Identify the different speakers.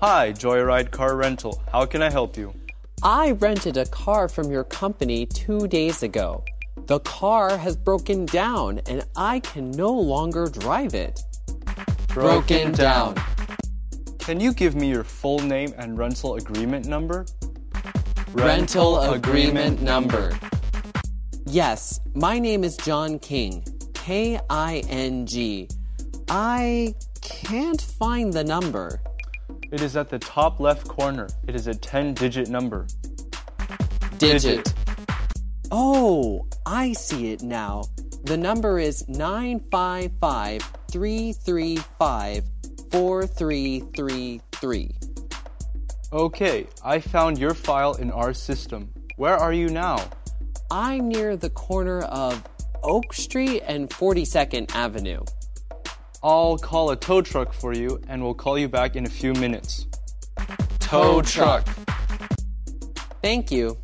Speaker 1: Hi, Joyride Car Rental. How can I help you?
Speaker 2: I rented a car from your company two days ago. The car has broken down and I can no longer drive it.
Speaker 1: Can you give me your full name and rental agreement number?
Speaker 2: Yes, my name is John King. K I N G. I can't find the number.
Speaker 1: It is at the top left corner. It is a 10 digit number. Digit.
Speaker 2: Oh, I see it now. The number is 955 335 4333.
Speaker 1: Okay, I found your file in our system. Where are you now?
Speaker 2: I'm near the corner of Oak Street and 42nd Avenue.
Speaker 1: I'll call a tow truck for you and we'll call you back in a few minutes.
Speaker 2: Thank you.